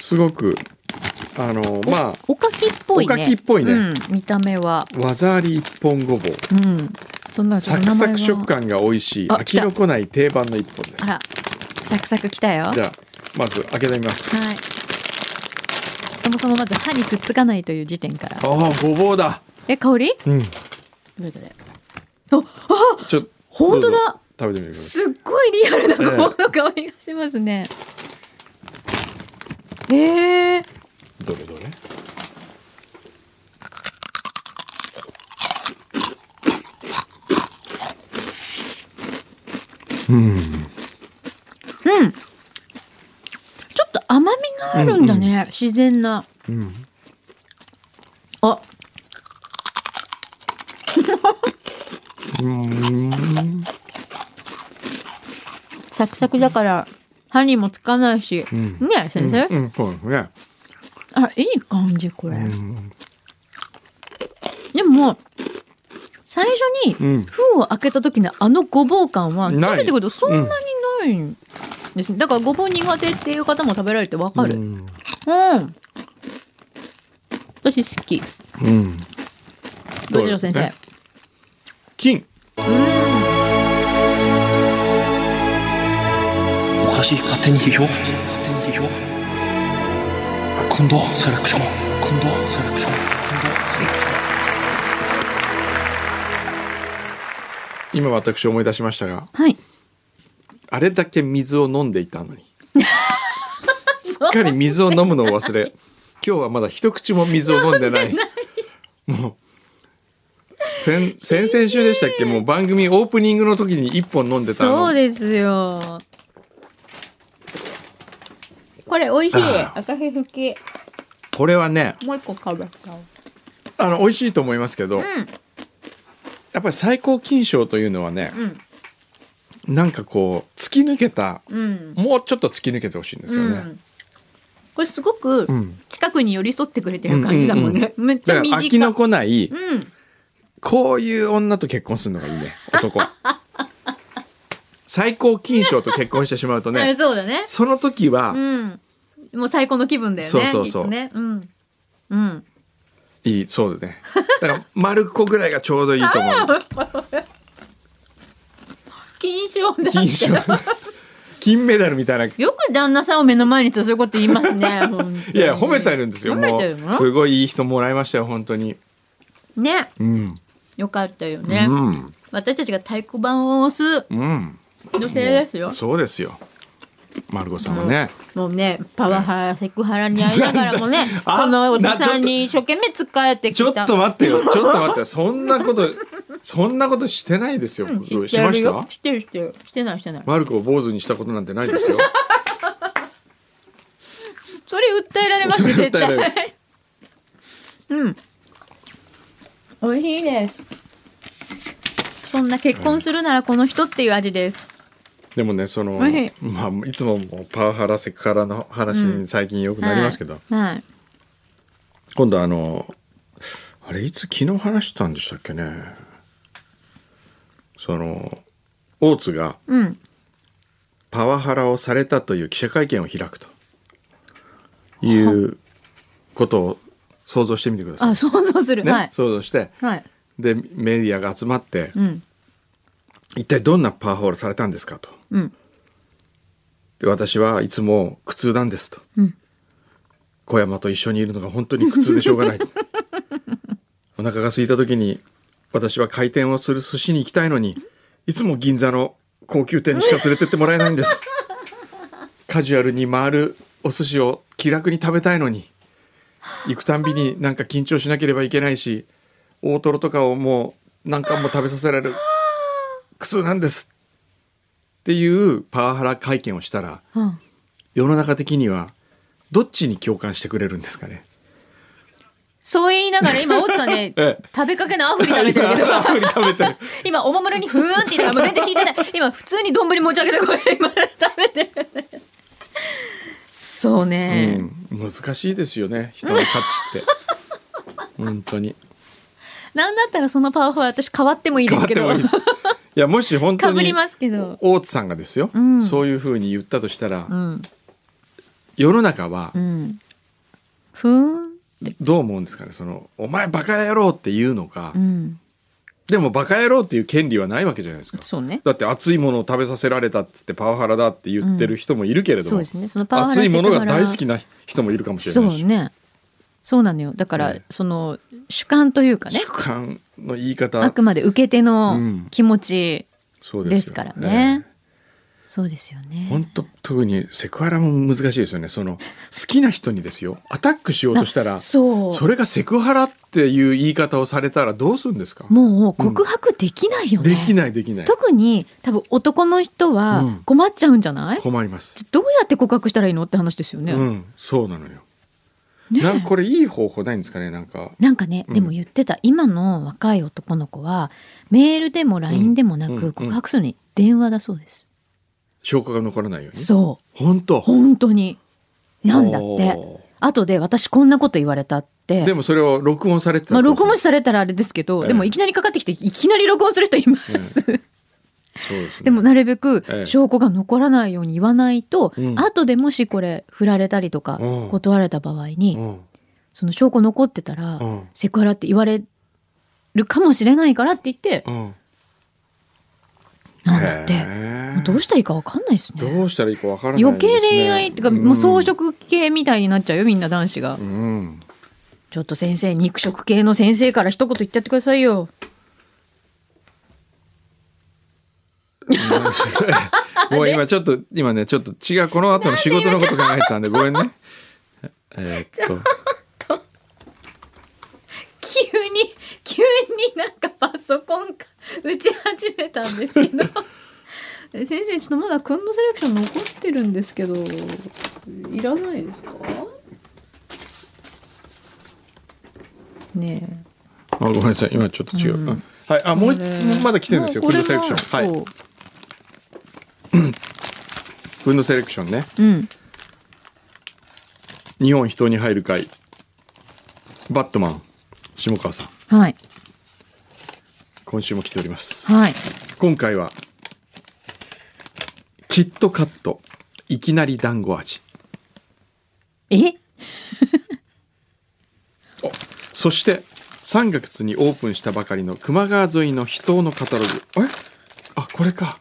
Speaker 2: すごくあのまあ
Speaker 3: おかきっぽいね
Speaker 2: おかきっぽいね
Speaker 3: うん、見た目は
Speaker 2: 技あり一本ごぼう
Speaker 3: うんそんな
Speaker 2: サクサク
Speaker 3: ちょっと名前は
Speaker 2: 食感が美味しい
Speaker 3: あ
Speaker 2: 飽
Speaker 3: 来
Speaker 2: き
Speaker 3: た
Speaker 2: のこない定番の一本です
Speaker 3: あらサクサクきたよ
Speaker 2: じゃあまず開けてみます
Speaker 3: はい。そもそもまず歯にくっつかないという時点から。
Speaker 2: ああごぼうだ
Speaker 3: え、香り
Speaker 2: うん
Speaker 3: どれどれ。
Speaker 2: ちょ
Speaker 3: 本当だ
Speaker 2: どうぞ食べてみてください
Speaker 3: すっごいリアルなごぼうの香りがしますね。えー、
Speaker 2: どれどれ
Speaker 3: ちょっと甘みがあるんだね。自然な。
Speaker 2: ん
Speaker 3: あ、
Speaker 2: うん
Speaker 3: サクサクだから歯にもつかないし。
Speaker 2: ん
Speaker 3: ね先生、
Speaker 2: うんそうですね
Speaker 3: あ、いい感じこれ。
Speaker 2: うん
Speaker 3: でも、最初
Speaker 2: うん
Speaker 3: に封を開けた時のあのごぼう感は
Speaker 2: ない
Speaker 3: 食べてくるとそんなにないんですね、だからごぼう苦手っていう方も食べられてわかるう、
Speaker 2: うんん
Speaker 3: 私好き
Speaker 2: うん
Speaker 3: どうでしょう先生、
Speaker 2: ね金
Speaker 4: おかしい勝手に批評勝手に批評今度セレクション今度セレクション今度セレクション
Speaker 2: 今私思い出しましたが
Speaker 3: はい
Speaker 2: あれだけ水を飲んでい たのにすっかり水を飲むのを忘れ今日はまだ一口も水を飲んでないもう先先々週でしたっけもう番組オープニングの時に一本飲んでた
Speaker 3: そう
Speaker 2: の
Speaker 3: ですよこれ美味しい
Speaker 2: あー
Speaker 3: 赤ひふき
Speaker 2: これはね
Speaker 3: もう一個買う買おう
Speaker 2: あの美味しいと思いますけど、やっぱり最高金賞というのはね、なんかこう突き抜けた、
Speaker 3: うん
Speaker 2: もうちょっと突き抜けてほしいんですよね、
Speaker 3: うんこれすごく
Speaker 2: ん
Speaker 3: 近くに寄り添ってくれてる感じだもんね、めっち
Speaker 2: だ
Speaker 3: ゃ
Speaker 2: から
Speaker 3: 短
Speaker 2: 飽
Speaker 3: い
Speaker 2: きのこない、
Speaker 3: うん
Speaker 2: こういう女と結婚するのがいいね男最高金賞と結婚してしまうと
Speaker 3: あ
Speaker 2: ね
Speaker 3: そうだね。
Speaker 2: その時は
Speaker 3: うん。もう最高の気分だよね。
Speaker 2: そうそうそう
Speaker 3: きっとね。うん。うん。
Speaker 2: いいそうだねだから丸っこぐらいがちょうどいいと思う
Speaker 3: 金賞だ
Speaker 2: 金賞金メダルみたいない
Speaker 3: よく旦那さんを目の前にとそういうこと言います ね
Speaker 2: や褒めてるんですよ
Speaker 3: 褒め
Speaker 2: も
Speaker 3: てるの
Speaker 2: うすごいいい人もらいましたよ本当に
Speaker 3: ね
Speaker 2: うん
Speaker 3: よかったよね、
Speaker 2: うん
Speaker 3: 私たちが太鼓判を押す
Speaker 2: うん
Speaker 3: 女性ですよ
Speaker 2: そうですよマルコさんはね、
Speaker 3: もうねパワハラセクハラにあいながらもね
Speaker 2: あ
Speaker 3: このおじ
Speaker 2: なちょっ
Speaker 3: さ
Speaker 2: と
Speaker 3: んに一生懸命使えて
Speaker 2: ちょ
Speaker 3: き
Speaker 2: っと
Speaker 3: た
Speaker 2: 待ってよちょっと待ってよそんなことそんなことしてないですよ、
Speaker 3: 知って
Speaker 2: しま
Speaker 3: る
Speaker 2: し
Speaker 3: よ
Speaker 2: た
Speaker 3: 知ってる知ってるしてないしてない
Speaker 2: マルコを坊主にしたことなんてない ですよ
Speaker 3: それ訴えられます
Speaker 2: それ
Speaker 3: 絶
Speaker 2: 訴えられる
Speaker 3: 対 うん美味しいですそんな結婚するならこの人っていう味です
Speaker 2: でもねその、
Speaker 3: はい
Speaker 2: まあ、いつももうパワハラセクハラの話に最近よくなりますけど、
Speaker 3: はいはい
Speaker 2: 今度あのあれいつ昨日話したんでしたっけねその大津が
Speaker 3: うん
Speaker 2: パワハラをされたという記者会見を開くということを想像してみてくださ
Speaker 3: あ
Speaker 2: い。
Speaker 3: 想像する、
Speaker 2: ね
Speaker 3: はい
Speaker 2: 想像して
Speaker 3: はい
Speaker 2: でメディアが集まって、
Speaker 3: うん
Speaker 2: 一体どんなパワハラされたんですかと。
Speaker 3: うん
Speaker 2: で私はいつも苦痛なんですと、
Speaker 3: ん
Speaker 2: 小山と一緒にいるのが本当に苦痛でしょうがないお腹が空いた時に私は回転をする寿司に行きたいのにいつも銀座の高級店にしか連れてってもらえないんですカジュアルに回るお寿司を気楽に食べたいのに行くたんびになんか緊張しなければいけないし大トロとかをもう何貫も食べさせられる苦痛なんですっていうパワハラ会見をしたら
Speaker 3: うん
Speaker 2: 世の中的にはどっちに共感してくれるんですかね
Speaker 3: そう言いながら今大津さんね
Speaker 2: ええ
Speaker 3: 食べかけのアフリ食べてるけど
Speaker 2: あアフリ食べてる
Speaker 3: 今おもむろにふーんって言いながらもう全然聞いてない今普通に丼持ち上げてこれ今食べてるそうね、
Speaker 2: うん、難しいですよね人の価値って 本当に
Speaker 3: なんだったらそのパワハラ私変わってもいいで
Speaker 2: 変わ
Speaker 3: す
Speaker 2: っ
Speaker 3: け
Speaker 2: て
Speaker 3: ど
Speaker 2: もいいいやもし本当
Speaker 3: かぶり
Speaker 2: に
Speaker 3: ますけど
Speaker 2: 大津さんがですよ、
Speaker 3: ん
Speaker 2: そういうふうに言ったとしたら、
Speaker 3: うん
Speaker 2: 世の中は
Speaker 3: うん ふーん
Speaker 2: どう思うんですかねその「お前バカ野郎」って言うのか、
Speaker 3: うん
Speaker 2: でもバカ野郎っていう権利はないわけじゃないですか
Speaker 3: そうね
Speaker 2: だって熱いものを食べさせられたっつってパワハラだって言ってる人もいるけれども、
Speaker 3: うんそうですねそのパワハラ
Speaker 2: 熱いもの
Speaker 3: セ
Speaker 2: が
Speaker 3: クハラ
Speaker 2: 大好きな人もいるかもしれ
Speaker 3: そ
Speaker 2: ないし、
Speaker 3: うねそうなのよだから、
Speaker 2: ええ
Speaker 3: その主観というかね
Speaker 2: 主観の言い方
Speaker 3: あくまで受け手
Speaker 2: う
Speaker 3: の
Speaker 2: ん
Speaker 3: 気持ち
Speaker 2: そうですよ
Speaker 3: ですからね、
Speaker 2: え
Speaker 3: そうですよ
Speaker 2: え
Speaker 3: ね
Speaker 2: 本当特にセクハラも難しいですよねその好きな人にですよアタックしようとしたらそ
Speaker 3: そう
Speaker 2: れがセクハラっていう言い方をされたらどうするんですか
Speaker 3: もう告白できないよね、
Speaker 2: できないできない
Speaker 3: 特に多分男の人は
Speaker 2: うん
Speaker 3: 困っちゃうんじゃない、
Speaker 2: 困ります、
Speaker 3: どうやって告白したらいいのって話ですよね、
Speaker 2: うんそうなのよ、
Speaker 3: ねえ
Speaker 2: なんこれいい方法ないんですかねなんか
Speaker 3: なんかね、
Speaker 2: うん
Speaker 3: でも言ってた今の若い男の子はメールでも LINE でもな
Speaker 2: うんうん
Speaker 3: く告白するに電話だそうです、
Speaker 2: 証拠が残らないように
Speaker 3: そう
Speaker 2: 本当
Speaker 3: 本当になんだっ
Speaker 2: お
Speaker 3: て
Speaker 2: ー
Speaker 3: 後で私こんなこと言われたって
Speaker 2: でもそれを録音されてた
Speaker 3: まあ、
Speaker 2: らどうす
Speaker 3: 録
Speaker 2: る
Speaker 3: 音されたらあれですけど、
Speaker 2: ええ
Speaker 3: でもいきなりかかってきていきなり録音する人います、
Speaker 2: そうですね
Speaker 3: でもなるべく
Speaker 2: ええ
Speaker 3: 証拠が残らないように言わないと、
Speaker 2: うん
Speaker 3: 後でもしこれ振られたりとか
Speaker 2: うん
Speaker 3: 断られた場合に、
Speaker 2: うん
Speaker 3: その証拠残ってたら、
Speaker 2: うん
Speaker 3: セクハラって言われるかもしれないからって言って、
Speaker 2: うん
Speaker 3: なんだって、
Speaker 2: へえ
Speaker 3: どうしたらいいかわかんないですね
Speaker 2: どうしたらいいかわからないですね
Speaker 3: 余計恋愛ってか、もう装飾系みたいになっちゃうよみんな男子が、
Speaker 2: うん うん
Speaker 3: ちょっと先生肉食系の先生から一言言っちゃってくださいよ
Speaker 2: もう今ちょっと今ねちょっと違うこの後の仕事のこと考えてたん でごめんねえーっと
Speaker 3: 急に急になんかパソコンか打ち始めたんですけど え先生ちょっとまだくんのセレクション残ってるんですけどいらないですかねえ
Speaker 2: あごめんなさい今ちょっと違う、うんはいあもう一まだ来てるんですよ
Speaker 3: もう
Speaker 2: フ
Speaker 3: これ
Speaker 2: ンドセレクション
Speaker 3: も
Speaker 2: はい
Speaker 3: そ
Speaker 2: フンドセレクションね
Speaker 3: ううん
Speaker 2: 日本人に入る会バットマン下川さん
Speaker 3: はい
Speaker 2: 今週も来ております
Speaker 3: はい
Speaker 2: 今回はキットカットいきなり団子味
Speaker 3: え
Speaker 2: そして3月にオープンしたばかりの球磨川沿いの秘湯のカタログえあこれか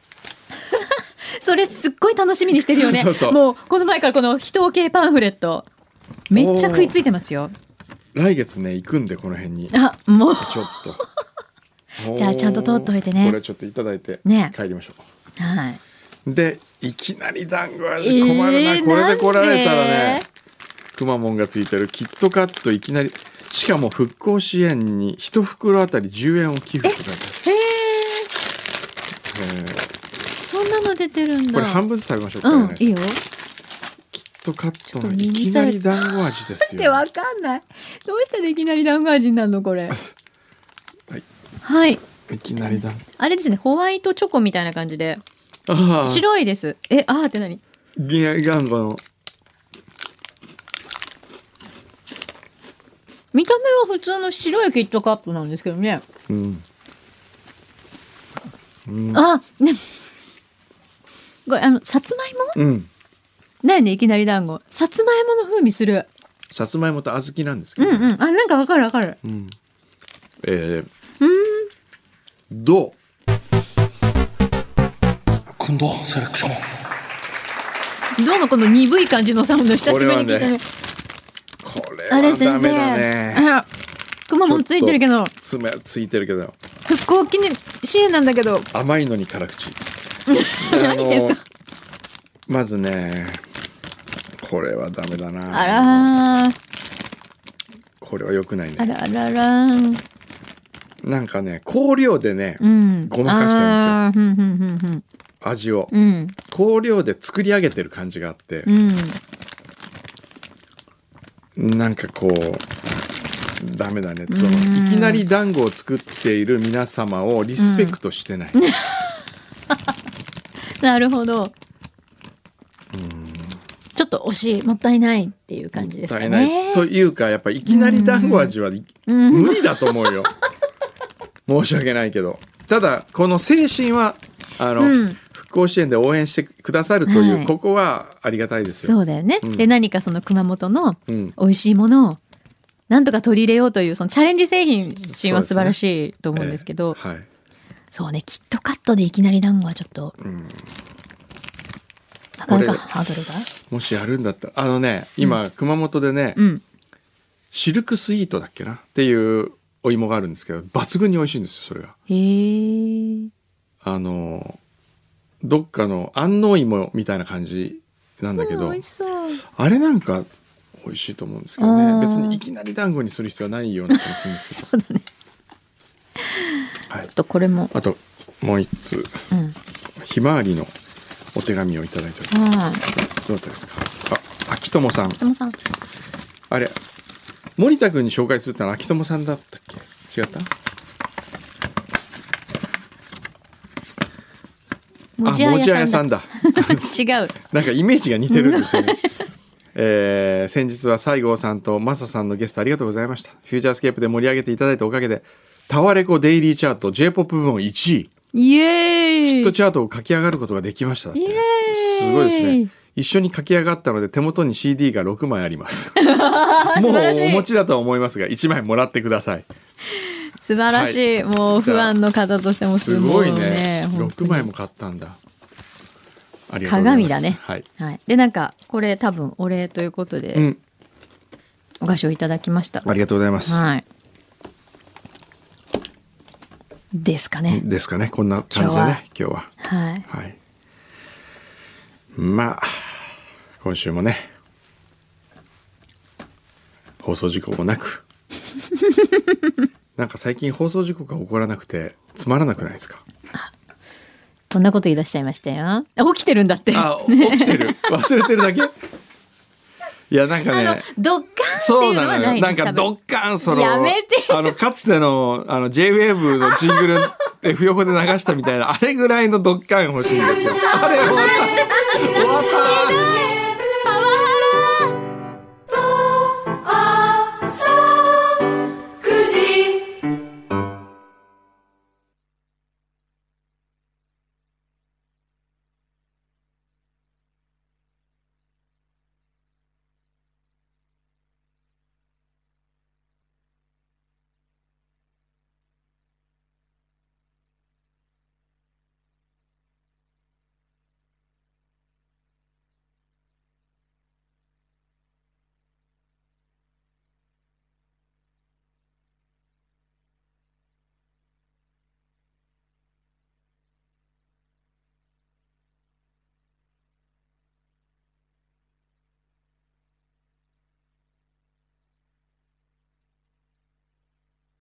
Speaker 3: それすっごい楽しみにしてるよね
Speaker 2: そうそうそう
Speaker 3: もうこの前からこの人系パンフレットめっちゃ食いついてますよ
Speaker 2: 来月ね行くんでこの辺にちょっ
Speaker 3: あもう
Speaker 2: と
Speaker 3: じゃあちゃんと取っといてね
Speaker 2: これちょっといただいて
Speaker 3: ね
Speaker 2: 帰りましょう
Speaker 3: はい
Speaker 2: でいきなり団子
Speaker 3: え
Speaker 2: 味
Speaker 3: ー
Speaker 2: 困るな、これで来られたら
Speaker 3: なん
Speaker 2: ね
Speaker 3: で
Speaker 2: くまモンがついてるキットカットいきなりしかも復興支援に1袋あたり10円を寄付って書いて
Speaker 3: へえ
Speaker 2: あ
Speaker 3: そんなの出てるん
Speaker 2: る
Speaker 3: だ
Speaker 2: これ半分ずつ食べましょうか
Speaker 3: うん
Speaker 2: ね、
Speaker 3: いいよ
Speaker 2: キットカッ
Speaker 3: ち
Speaker 2: ト
Speaker 3: ょっ
Speaker 2: の
Speaker 3: と
Speaker 2: い
Speaker 3: 右
Speaker 2: きなり団子味 です
Speaker 3: って
Speaker 2: よ
Speaker 3: わかんないどうしたらいきなり団子味になるのこれ
Speaker 2: はい
Speaker 3: はい
Speaker 2: いきなり団
Speaker 3: あれですねホワイトチョコみたいな感じで
Speaker 2: 子ああ
Speaker 3: 白いですえあーって何
Speaker 2: ギア団子の
Speaker 3: 見た目は普通の白いキットカップなんですけどね
Speaker 2: うん
Speaker 3: あねこれあのさつまいも
Speaker 2: うん
Speaker 3: だよねいきなり団子さつまいもの風味する
Speaker 2: さつまいもと小豆なんですけ
Speaker 3: うん
Speaker 2: ど、
Speaker 3: うんあなんかわかるわかる
Speaker 2: うんえー、どう
Speaker 4: kunde selection
Speaker 3: どうのこの鈍い感じのサウンド久しぶりに聞いた
Speaker 2: これは
Speaker 3: ねあ
Speaker 2: ねこれ
Speaker 3: れ
Speaker 2: は
Speaker 3: 先
Speaker 2: ダメだね
Speaker 3: 生あクマもついてるけど
Speaker 2: 爪ついてるけど
Speaker 3: 復興記念支援なんだけど
Speaker 2: 甘いのに辛口
Speaker 3: 何ですか
Speaker 2: あのまずねこれはダメだな
Speaker 3: あらー
Speaker 2: これは良くない
Speaker 3: あ
Speaker 2: ね
Speaker 3: らあらあらー
Speaker 2: なんかね香料でね、
Speaker 3: うん
Speaker 2: ごまかした
Speaker 3: んですよふんふんふんふん
Speaker 2: 味を、
Speaker 3: うん
Speaker 2: 香料で作り上げてる感じがあって
Speaker 3: う、ん
Speaker 2: なんかこうダメだねそのいきなり団子を作っている皆様をリスペクトしてない、
Speaker 3: なるほどちょっと惜しいもったいないっていう感じです
Speaker 2: もっ
Speaker 3: か
Speaker 2: た
Speaker 3: ね
Speaker 2: いないというかやっぱいきなり団子味はい無理だと思 うよ申し訳ないけどただこの精神はあの、
Speaker 3: うん
Speaker 2: 復興支援で応援してくださるという、
Speaker 3: はい
Speaker 2: ここはありがたいですよ
Speaker 3: そうだよね、
Speaker 2: うん
Speaker 3: で何かその熊本の
Speaker 2: うん
Speaker 3: 美味しいものをなんとか取り入れようというそのチャレンジ製品心は素晴らしいと思うんですけどそう,、
Speaker 2: ええはい
Speaker 3: ねキットカットでいきなり団子はちょっと、
Speaker 2: ん
Speaker 3: なかなか
Speaker 2: これ
Speaker 3: ハードルが
Speaker 2: もしやるんだったらあのね今、熊本でね、
Speaker 3: うん
Speaker 2: シルクスイートだっけなっていうお芋があるんですけど抜群に美味しいんですよそれが
Speaker 3: へえ
Speaker 2: あのどっかの安納芋みたいな感じなんだけど、
Speaker 3: 美味しそう
Speaker 2: あれなんか美味しいと思うんですけど
Speaker 3: あー
Speaker 2: ね別にいきなり団子にする必要はないような気がするんですけど
Speaker 3: そう だね
Speaker 2: は い
Speaker 3: ちょっとこれも
Speaker 2: あともう一つ
Speaker 3: うん
Speaker 2: ひまわりのお手紙をいただいております
Speaker 3: あ
Speaker 2: どうだったですかあ秋友さん
Speaker 3: あでもさん
Speaker 2: あれ森田君に紹介するってのは秋友さんだったっけ違った
Speaker 3: も
Speaker 2: あもじあやさんだ
Speaker 3: 違う
Speaker 2: なんかイメージが似てるんです よね。えー先日は西郷さんとマサさんのゲストありがとうございました。フューチャースケープで盛り上げていただいたおかげで、タワレコデイリーチャート J-POP 部門1位、
Speaker 3: イエーイ
Speaker 2: ヒットチャートを書き上がることができましただって。
Speaker 3: イエーイ
Speaker 2: すごいですね。一緒に書き上がったので手元に CD が6枚あり ます。もう
Speaker 3: 晴らしい
Speaker 2: お持ちだとは思いますが、1枚もらってください。
Speaker 3: 素晴らしい、もう不安の方としても
Speaker 2: す
Speaker 3: す
Speaker 2: ご
Speaker 3: ご
Speaker 2: い
Speaker 3: い
Speaker 2: ね
Speaker 3: ね。本当
Speaker 2: 6
Speaker 3: に
Speaker 2: 枚も買ったんだ。ありがとうござい
Speaker 3: 鏡
Speaker 2: ます。
Speaker 3: だね
Speaker 2: はい。
Speaker 3: はい、でなんかこれ多分お礼ということ
Speaker 2: う
Speaker 3: で
Speaker 2: ん。
Speaker 3: お菓子をいただきました、
Speaker 2: ありがとうございます。
Speaker 3: はいですかね、
Speaker 2: ですかねこんな感じだね今日は
Speaker 3: はい
Speaker 2: はいまあ今週もね放送事故も なくなんか最近放送事故が起こらなくてつまらなくないですか
Speaker 3: そんなこと言い出しちゃいましたよあ起きてるんだって
Speaker 2: あ起きてる 忘れてるだけいやなんか
Speaker 3: あの
Speaker 2: ね
Speaker 3: ドッカーンって
Speaker 2: そ
Speaker 3: いううの
Speaker 2: な
Speaker 3: は
Speaker 2: の
Speaker 3: ない
Speaker 2: よ
Speaker 3: です
Speaker 2: なんかドッカンその
Speaker 3: やめて
Speaker 2: あのかつてのあの JWAVE のジン グル F 横で流 したみたいなあれぐらいのドッカン欲しいんですよあれ終わった終わっ